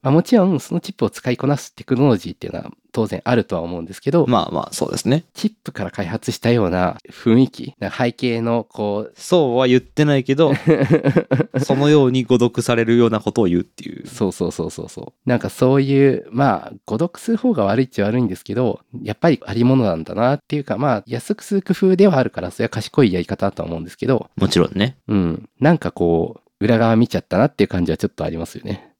Speaker 2: まあ、もちろん、そのチップを使いこなすテクノロジーっていうのは当然あるとは思うんですけど、
Speaker 1: まあまあ、そうですね。
Speaker 2: チップから開発したような雰囲気、なんか背景のこう、
Speaker 1: そうは言ってないけ [LAUGHS] ど、そのように誤読されるようなことを言うっていう。
Speaker 2: そうそうそうそうそう。なんかそういう、まあ、誤読する方が悪いっちゃ悪いんですけど、やっぱりありものなんだなっていうか、まあ、安くする工夫ではあるから、それは賢いやり方だとは思うんですけど、
Speaker 1: もちろんね。
Speaker 2: うん。なんかこう、裏側見ちゃったなっていう感じはちょっとありますよね。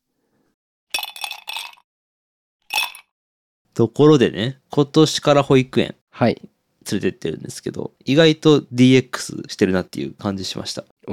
Speaker 1: ところでね、今年から保育園
Speaker 2: はい。
Speaker 1: 連れてってるんですけど、意外と DX してるなっていう感じしました。
Speaker 2: お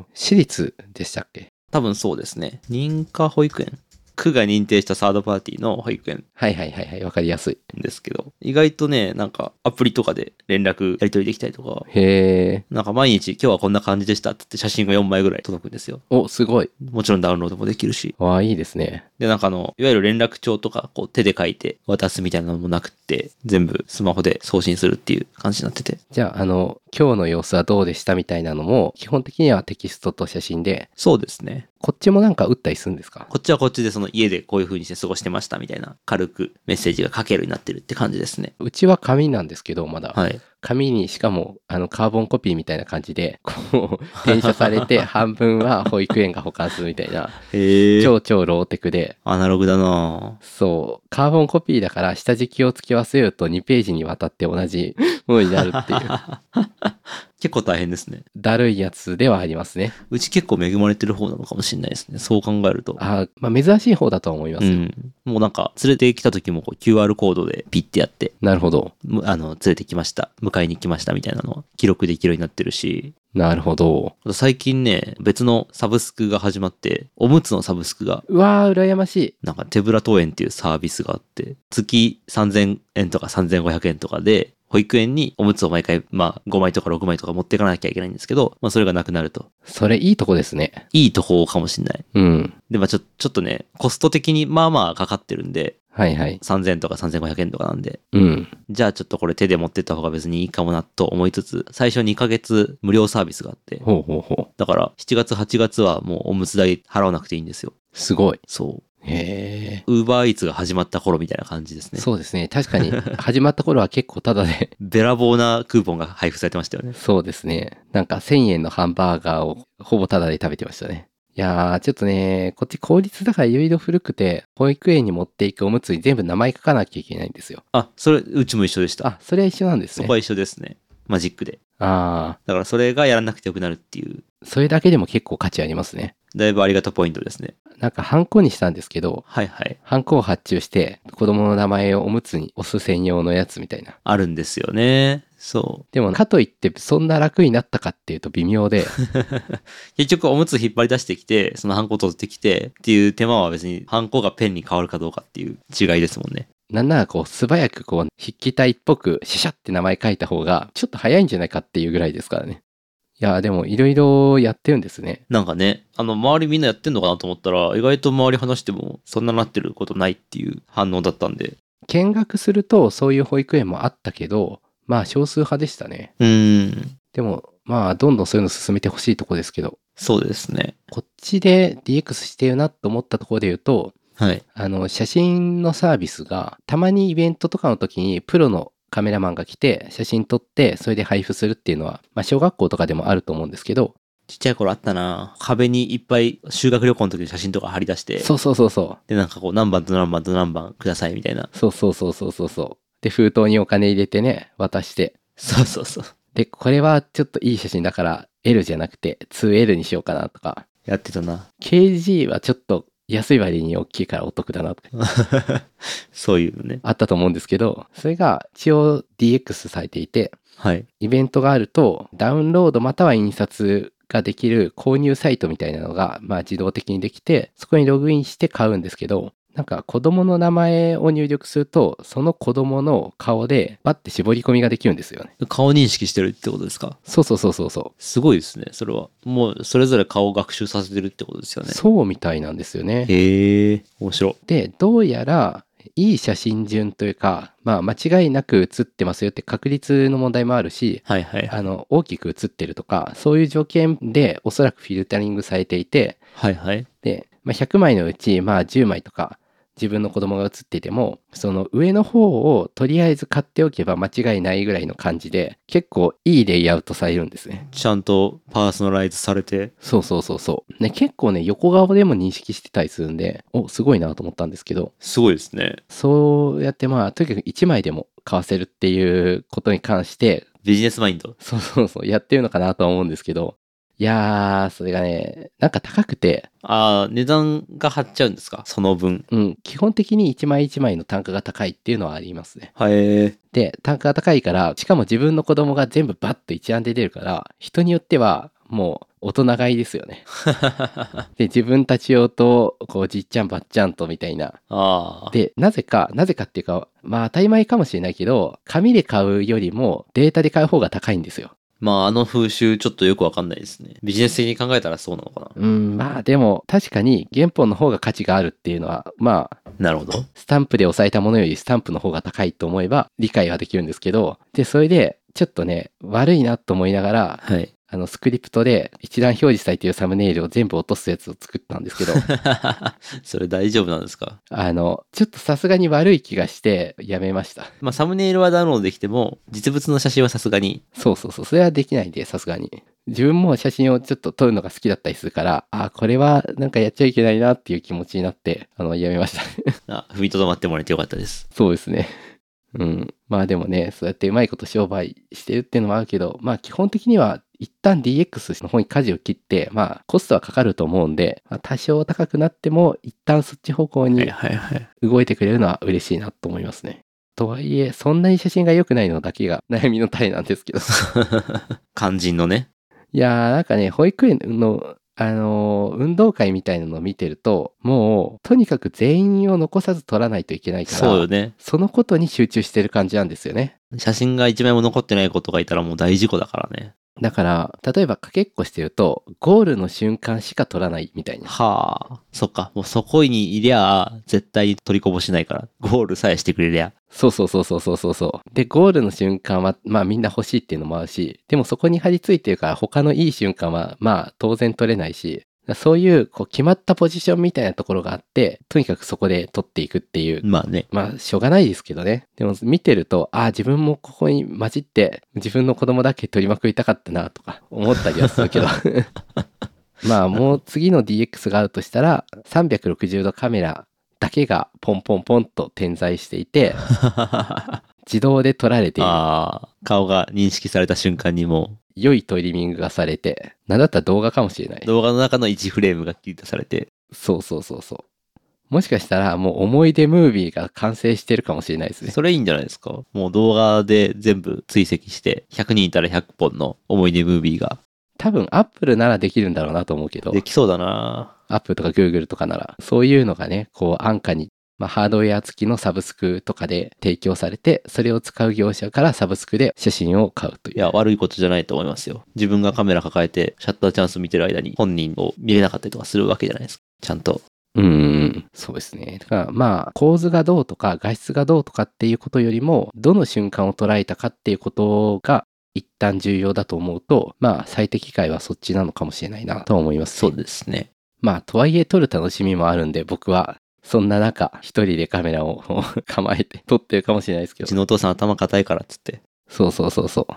Speaker 2: ー、私立でしたっけ
Speaker 1: 多分そうですね。認可保育園区が認定したサードパーティーの保育園
Speaker 2: はいはいはいはい、わかりやすい。
Speaker 1: ですけど、意外とね、なんかアプリとかで連絡やり取りできたりとか、
Speaker 2: へー。
Speaker 1: なんか毎日今日はこんな感じでしたって言って写真が4枚ぐらい届くんですよ。
Speaker 2: お、すごい。
Speaker 1: もちろんダウンロードもできるし。
Speaker 2: わあ、いいですね。
Speaker 1: で、なんかあの、いわゆる連絡帳とかこう手で書いて渡すみたいなのもなくって、全部スマホで送信するっていう感じになってて。
Speaker 2: じゃあ、あの、今日の様子はどうでしたみたいなのも、基本的にはテキストと写真で、
Speaker 1: そうですね。
Speaker 2: こっちもなんか打ったりするんですか
Speaker 1: こっちはこっちでその家でこういう風にして過ごしてましたみたいな軽くメッセージが書けるようになってるって感じですね。
Speaker 2: うちは紙なんですけど、まだ。
Speaker 1: はい。
Speaker 2: 紙にしかも、あの、カーボンコピーみたいな感じで、こう、転写され
Speaker 1: [LAUGHS]
Speaker 2: て、半分は保育園が保管するみたいな、
Speaker 1: へ
Speaker 2: 超超ローテクで、
Speaker 1: アナログだなぁ
Speaker 2: そう。カーボンコピーだから下敷きを付け忘れると2ページにわたって同じものになるっ
Speaker 1: [LAUGHS]
Speaker 2: ていう、
Speaker 1: 結構大変ですね。
Speaker 2: だるいやつではありますね。
Speaker 1: うち結構恵まれてる方なのかもしれないですね。そう考えると。
Speaker 2: あまあ珍しい方だとは思いま
Speaker 1: う
Speaker 2: すよ。
Speaker 1: ん。もうなんか、連れてきた時もこう QR コードでピッてやって、
Speaker 2: なるほど。
Speaker 1: むあの、連れてきました。迎えに来ましたみたいなのは記録できるようになってるし、
Speaker 2: なるほど。
Speaker 1: あと最近ね、別のサブスクが始まって、おむつのサブスクが、
Speaker 2: うわー、羨ましい。
Speaker 1: なんか手ぶら登園っていうサービスがあって、月3000円とか3500円とかで、保育園におむつを毎回、まあ5枚とか6枚とか持っていかなきゃいけないんですけど、まあそれがなくなると。
Speaker 2: それいいとこですね。
Speaker 1: いいとこかもしんない。
Speaker 2: うん。
Speaker 1: で、まあちょ、ちょっとね、コスト的にまあまあかかってるんで、
Speaker 2: はいはい。
Speaker 1: 3000とか3500円とかなんで、
Speaker 2: うん。
Speaker 1: じゃあちょっとこれ手で持ってった方が別にいいかもなと思いつつ、最初2ヶ月無料サービスがあって、
Speaker 2: ほうほうほ
Speaker 1: だから7月8月はもうおむつ代払わなくていいんですよ。
Speaker 2: う。すごい。
Speaker 1: そ
Speaker 2: へ
Speaker 1: う。ウーバーイーツが始まった頃みたいな感じです
Speaker 2: ー。
Speaker 1: ね。
Speaker 2: そうですね。確かに、始まった頃は結構タダで。 [LAUGHS]
Speaker 1: べらぼうなクーポンが配布されてましたよね。
Speaker 2: そうですね。なんか1000円のハンバーガーをほぼタダで食べてましたね。いやー、ちょっとね、こっち公立だからいろいろ古くて、保育園に持っていくおむつに全部名前書かなきゃいけないんですよ。
Speaker 1: あ、それ、うちも一緒でした。
Speaker 2: あ、それは一緒なんです
Speaker 1: そ
Speaker 2: ね
Speaker 1: こ。は一緒ですね。マジックで。
Speaker 2: あ
Speaker 1: だからそれがやらなくてよくなるっていう、
Speaker 2: ー、それだけでも結構価値ありますね。
Speaker 1: だいぶありがたポイントですね。
Speaker 2: なんかハンコにしたんですけど、
Speaker 1: はいはい。
Speaker 2: ハンコを発注して、子供の名前をおむつに押す専用のやつみたいな。
Speaker 1: あるんですよね。そう。 [LAUGHS]
Speaker 2: でも、かといって、そんな楽になったかっていうと微妙で、
Speaker 1: 結局おむつ引っ張り出してきて、そのハンコ取ってきてっていう手間は別にハンコがペンに変わるかどうかっていう違いですもんね。
Speaker 2: なんならこう、素早くこう、筆記体っぽく、シャシャって名前書いた方が、ちょっと早いんじゃないかっていうぐらいですからね。いやー、でも、いろいろやってるんですね。
Speaker 1: なんかね、あの、周りみんなやってんのかなと思ったら、意外と周り話しても、そんななってることないっていう反応だったんで。
Speaker 2: 見学すると、そういう保育園もあったけど、まあ、少数派でしたね。
Speaker 1: うーん。
Speaker 2: でも、まあ、どんどんそういうの進めてほしいとこですけど、
Speaker 1: そうですね。
Speaker 2: こっちで DX してるなと思ったところで言うと、
Speaker 1: はい。
Speaker 2: あの、写真のサービスが、たまにイベントとかの時にプロのカメラマンが来て、写真撮って、それで配布するっていうのは、まあ、小学校とかでもあると思うんですけど、
Speaker 1: ちっちゃい頃あったな壁にいっぱい修学旅行の時の写真とか貼り出して、
Speaker 2: そうそうそうそう。
Speaker 1: で、なんかこう、何番と何番と何番くださいみたいな。
Speaker 2: そうそうそうそうそうそう。で、封筒にお金入れてね、渡して。
Speaker 1: そうそうそう。
Speaker 2: で、これはちょっといい写真だから、L じゃなくて 2L にしようかなとか。
Speaker 1: やってたな [LAUGHS]
Speaker 2: KG はちょっと安い割に大きいからお得だなとか、
Speaker 1: そういうのね。
Speaker 2: あったと思うんですけど、それが一応 DX されていて、
Speaker 1: はい。
Speaker 2: イベントがあると、ダウンロードまたは印刷ができる購入サイトみたいなのが、まあ自動的にできて、そこにログインして買うんですけど、なんか子供の名前を入力すると、その子供の顔でバッて絞り込みができるんですよね。
Speaker 1: 顔認識してるってことですか
Speaker 2: そうそうそうそうそ
Speaker 1: すごいですね、それは。もう、それぞれ顔を学習させてるってことですよ
Speaker 2: う。
Speaker 1: ね。
Speaker 2: そうみたいなんですよね。
Speaker 1: へえ、面白い。
Speaker 2: で、どうやら、いい写真順というか、まあ、間違いなく写ってますよって確率の問題もあるし、
Speaker 1: はいはいはい。
Speaker 2: あの、大きく写ってるとか、そういう条件でおそらくフィルタリングされていて、
Speaker 1: はいはい。
Speaker 2: で、まあ、100枚のうち、まあ、10枚とか自分の子供が写っていてもその上の方をとりあえず買っておけば間違いないぐらいの感じで結構いいレイアウトされるんですね。
Speaker 1: ちゃんとパーソナライズされて。
Speaker 2: そうそうそうそう。ね、結構ね、横顔でも認識してたりするんで、お、すごいなと思ったんですけど、
Speaker 1: すごいですね。
Speaker 2: そうやってまあ、とにかく1枚でも買わせるっていうことに関して、
Speaker 1: ビジネスマインド。
Speaker 2: そうそうそう、やってるのかなとは思うんですけど、いやー、それがね、なんか高くて、
Speaker 1: ああ、値段が張っちゃうんですかその分。
Speaker 2: うん、基本的に1枚1枚の単価が高いっていうのはありますね。
Speaker 1: はい。
Speaker 2: で、単価が高いから、しかも自分の子供が全部バッと一覧で出るから、人によってはもう大人買いですよ [LAUGHS] ね。
Speaker 1: あ
Speaker 2: で、自分たち用と、こう、じっちゃんばっちゃんとみたいな。
Speaker 1: あ。
Speaker 2: で、なぜか、なぜかっていうか、まあ当たり前かもしれないけど、紙で買うよりもデータで買う方が高いんですよ。
Speaker 1: まあ、あの風習、ちょっとよくわかんないですね。ビジネス的に考えたらそうなのか
Speaker 2: うん、まあでも、確かに原本の方が価値があるっていうのは、まあ、
Speaker 1: な。なるほど。
Speaker 2: スタンプで押さえたものよりスタンプの方が高いと思えば理解はできるんですけど、で、それで、ちょっとね、悪いなと思いながら、
Speaker 1: はい。 [LAUGHS]
Speaker 2: あの、スクリプトで一覧表示されているサムネイルを全部落とすやつを作ったんですけど、
Speaker 1: それ大丈夫なんですか
Speaker 2: あの、ちょっとさすがに悪い気がしてやめました。
Speaker 1: まあ、サムネイルはダウンロードできても、実物の写真はさすがに。
Speaker 2: そうそうそう、それはできないんで、さすがに。自分も写真をちょっと撮るのが好きだったりするから、あ、これはなんかやっちゃいけないなっていう気持ちになって、あの、やめました。 [LAUGHS]
Speaker 1: あ、踏みとどまってもらえてよかったです。
Speaker 2: そうですね。うん。まあでもね、そうやってうまいこと商売してるっていうのもあるけど、まあ基本的には一旦 DX の方に舵を切って、まあコストはかかると思うんで、まあ、多少高くなっても一旦そっち方向に
Speaker 1: はいはい。
Speaker 2: 動いてくれるのは嬉しいなと思いますね。とはいえ、そんなに写真が良くないのだけが悩みの種なんですけど。
Speaker 1: [LAUGHS]
Speaker 2: [LAUGHS]
Speaker 1: 肝心のね。
Speaker 2: いやーなんかね、保育園の、あのー運動会みたいなのを見てると、もうとにかく全員を残さず撮らないといけないから、
Speaker 1: そうよね。
Speaker 2: そのことに集中してる感じなんですよね。
Speaker 1: 写真が一枚も残ってない子とかいたらもう大事故だからね。
Speaker 2: だから、例えばかけっこしてると、ゴールの瞬間しか取らないみたいな。
Speaker 1: はあ。そっか。もうそこにいりゃあ、絶対に取りこぼしないから。ゴールさえしてくれりゃ。
Speaker 2: そうそうそうそうそうそうそう。で、ゴールの瞬間は、まあみんな欲しいっていうのもあるし、でもそこに張り付いてるから他のいい瞬間は、まあ当然取れないし、そういう、こう決まったポジションみたいなところがあって、とにかくそこで取っていくっていう
Speaker 1: まあね。
Speaker 2: まあ、しょうがないですけどね。でも、見てると、ああ、自分もここに混じって、自分の子供だけ取りまくりたかったな、とか思ったりはするけど。まあ、もう次の DX があるとしたら、360度カメラだけがポンポンポンと点在していて、
Speaker 1: あ
Speaker 2: 自動で撮られている。
Speaker 1: [LAUGHS] あ。顔が認識された瞬間にも
Speaker 2: 良いトリミングがされて、なんだったら動画かもしれな
Speaker 1: う、
Speaker 2: い。
Speaker 1: 動画の中の1フレームが切り出されて、
Speaker 2: そうそうそうそう。もしかしたら、もう思い出ムービーが完成してるかもしれないですね。
Speaker 1: それいいんじゃないですか。もう動画で全部追跡して、100人いたら100本の思い出ムービーが
Speaker 2: 多分、アップルならできるんだろうなと思うけど。
Speaker 1: できそうだな
Speaker 2: アップルとかグーグルとかなら、そういうのがね、こう安価に、まあ、ハードウェア付きのサブスクとかで提供されて、それを使う業者からサブスクで写真を買うと
Speaker 1: い
Speaker 2: いう。
Speaker 1: や、悪いことじゃないと思いますよ。自分がカメラ抱えて、シャッターチャンス見てる間に本人を見れなかったりとかするわけじゃないですか。ちゃんと。
Speaker 2: うんうん、そうですね。だからまあ、構図がどうとか画質がどうとかっていうことよりも、どの瞬間を捉えたかっていうことが、一旦重要だと思うと、まあ、最適解はそっちなのかもしれないなとは思います、
Speaker 1: そうですね。
Speaker 2: まあ、とはいえ撮る楽しみもあるんで、僕は、そんな中、一人でカメラを [LAUGHS] 構えて撮ってるかもしれないですけ
Speaker 1: う
Speaker 2: ど
Speaker 1: ち。のお父さん頭固いからっつって。
Speaker 2: そうそうそうそう。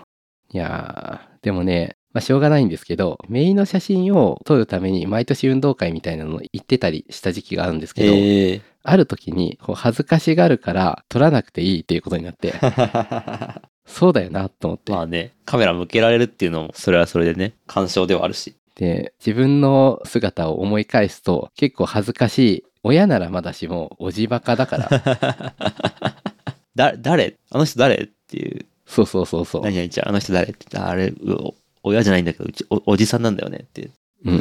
Speaker 2: いやー、でもね、まあしょうがないんですけど、メインの写真を撮るために毎年運動会みたいなの行ってたりした時期があるんですけど、
Speaker 1: ええ
Speaker 2: ある時にこう恥ずかしがるから撮らなくていいっていうことになって、
Speaker 1: [LAUGHS]
Speaker 2: そうだよなと思って。
Speaker 1: まあね、カメラ向けられるっていうのも、それはそれでね、干渉ではあるし。 [LAUGHS]
Speaker 2: で、自分の姿を思い返すと結構恥ずかしい。親ならまだしも、おじばかだから。
Speaker 1: だ、誰あの人誰っていう。
Speaker 2: そうそうそうそう。
Speaker 1: 何々ちゃん、あの人誰って言ってああれ、うお親じゃないんだけど、うちお、おじさんなんだよねって。
Speaker 2: うん。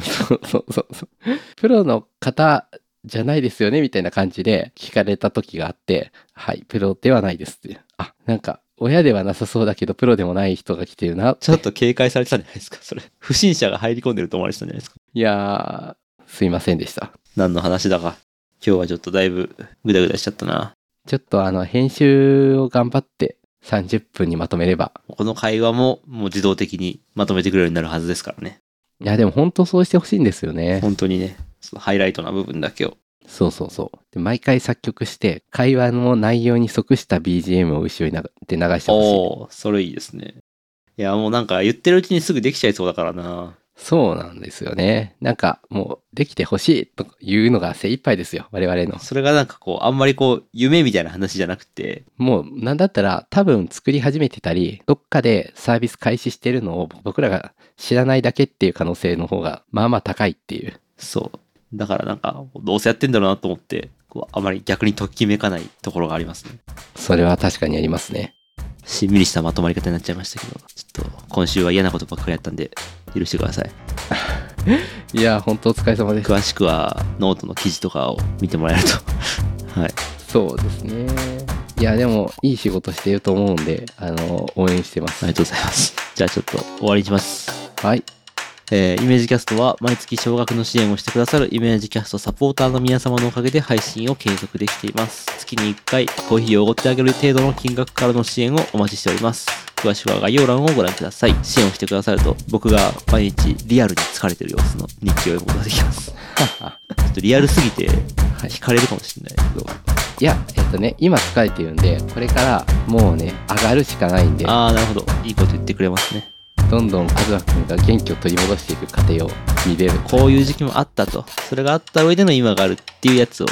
Speaker 2: そうそうそうそう。プロの方じゃないですよねみたいな感じで聞かれた時があって、はい、プロではないですって。あ、なんか、親ではなさそうだけど、プロでもない人が来てるな。
Speaker 1: ちょっと警戒されてたんじゃないですか、それ。不審者が入り込んでると思われてたんじゃないですか。
Speaker 2: いやー、すいませんでした。
Speaker 1: 何の話だか。今日はちょっとだいぶグダグダしちゃったな。
Speaker 2: ちょっとあの、編集を頑張って30分にまとめれば。
Speaker 1: この会話ももう自動的にまとめてくれるようになるはずですからね。
Speaker 2: いや、でも本当そうしてほしいんですよね。
Speaker 1: 本当にね、そのハイライトな部分だけを。
Speaker 2: そうそうそう。で毎回作曲して、会話の内容に即した BGM を後ろになで流してほしい。
Speaker 1: おおーそれいいですね。いや、もうなんか言ってるうちにすぐできちゃいそうだからな。
Speaker 2: そうなんですよね。なんかもうできてほしいというのが精一杯ですよ。我々の。
Speaker 1: それがなんかこう、あんまりこう、夢みたいな話じゃなくて、
Speaker 2: もうなんだったら多分作り始めてたり、どっかでサービス開始してるのを僕らが知らないだけっていう可能性の方がまあまあ高いっていう。
Speaker 1: そう。だからなんか、どうせやってんだろうなと思って、こう、あまり逆にときめかないところがありますね。
Speaker 2: それは確かにありますね。
Speaker 1: しんみりしたまとまり方になっちゃいましたけど、ちょっと今週は嫌なことばっかりやったんで、許してください。
Speaker 2: いやー、本当お疲れ様です。
Speaker 1: 詳しくはノートの記事とかを見てもらえると。 [LAUGHS] はい。
Speaker 2: そうですね。いや、でもいい仕事してると思うんで、あの、応援してま
Speaker 1: あ
Speaker 2: す。
Speaker 1: りがとうございます。じゃあちょっと終わりにします。
Speaker 2: はい。
Speaker 1: えーイメージキャストは毎月少額の支援をしてくださるイメージキャストサポーターの皆様のおかげで配信を継続できています。月に1回コーヒーをおごってあげる程度の金額からの支援をお待ちしております。詳しくは概要欄をご覧ください。支援をしてくださると僕が毎日リアルに疲れてる様子の日記を読むことができます。ちょっとリアルすぎて惹かれるかもしれないけど。
Speaker 2: いや、えっとね、今疲れてるんで、これからもうね、上がるしかないんで、
Speaker 1: あー、なるほど。いいこと言ってくれますね。
Speaker 2: どんどんカズマくんが元気を取り戻していく過程を見れる。
Speaker 1: こういう時期もあったと。それがあった上での今があるっていうやつを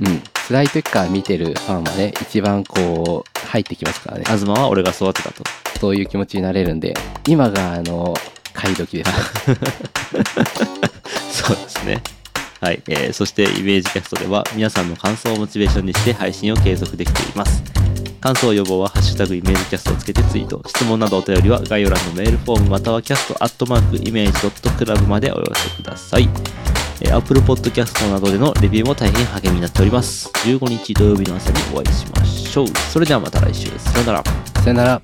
Speaker 2: うん。辛い時から見てるファンはね、一番こう、入ってきますからね。
Speaker 1: 東は俺が育てたと。
Speaker 2: そういう気持ちになれるんで、今があの、買い時です。
Speaker 1: そうですね。はい、えーそしてイメージキャストでは皆さんの感想をモチベーションにして配信を継続できています。感想予防はハッシュタグイメージキャストをつけてツイート。質問などお便りは概要欄のメールフォームまたはキャストアットマークイメージドットクラブまでお寄せください。えー Apple Podcast などでのレビューも大変励みになっております。15日土曜日の朝にお会いしましょう。それではまた来週。さよなら。
Speaker 2: さよなら。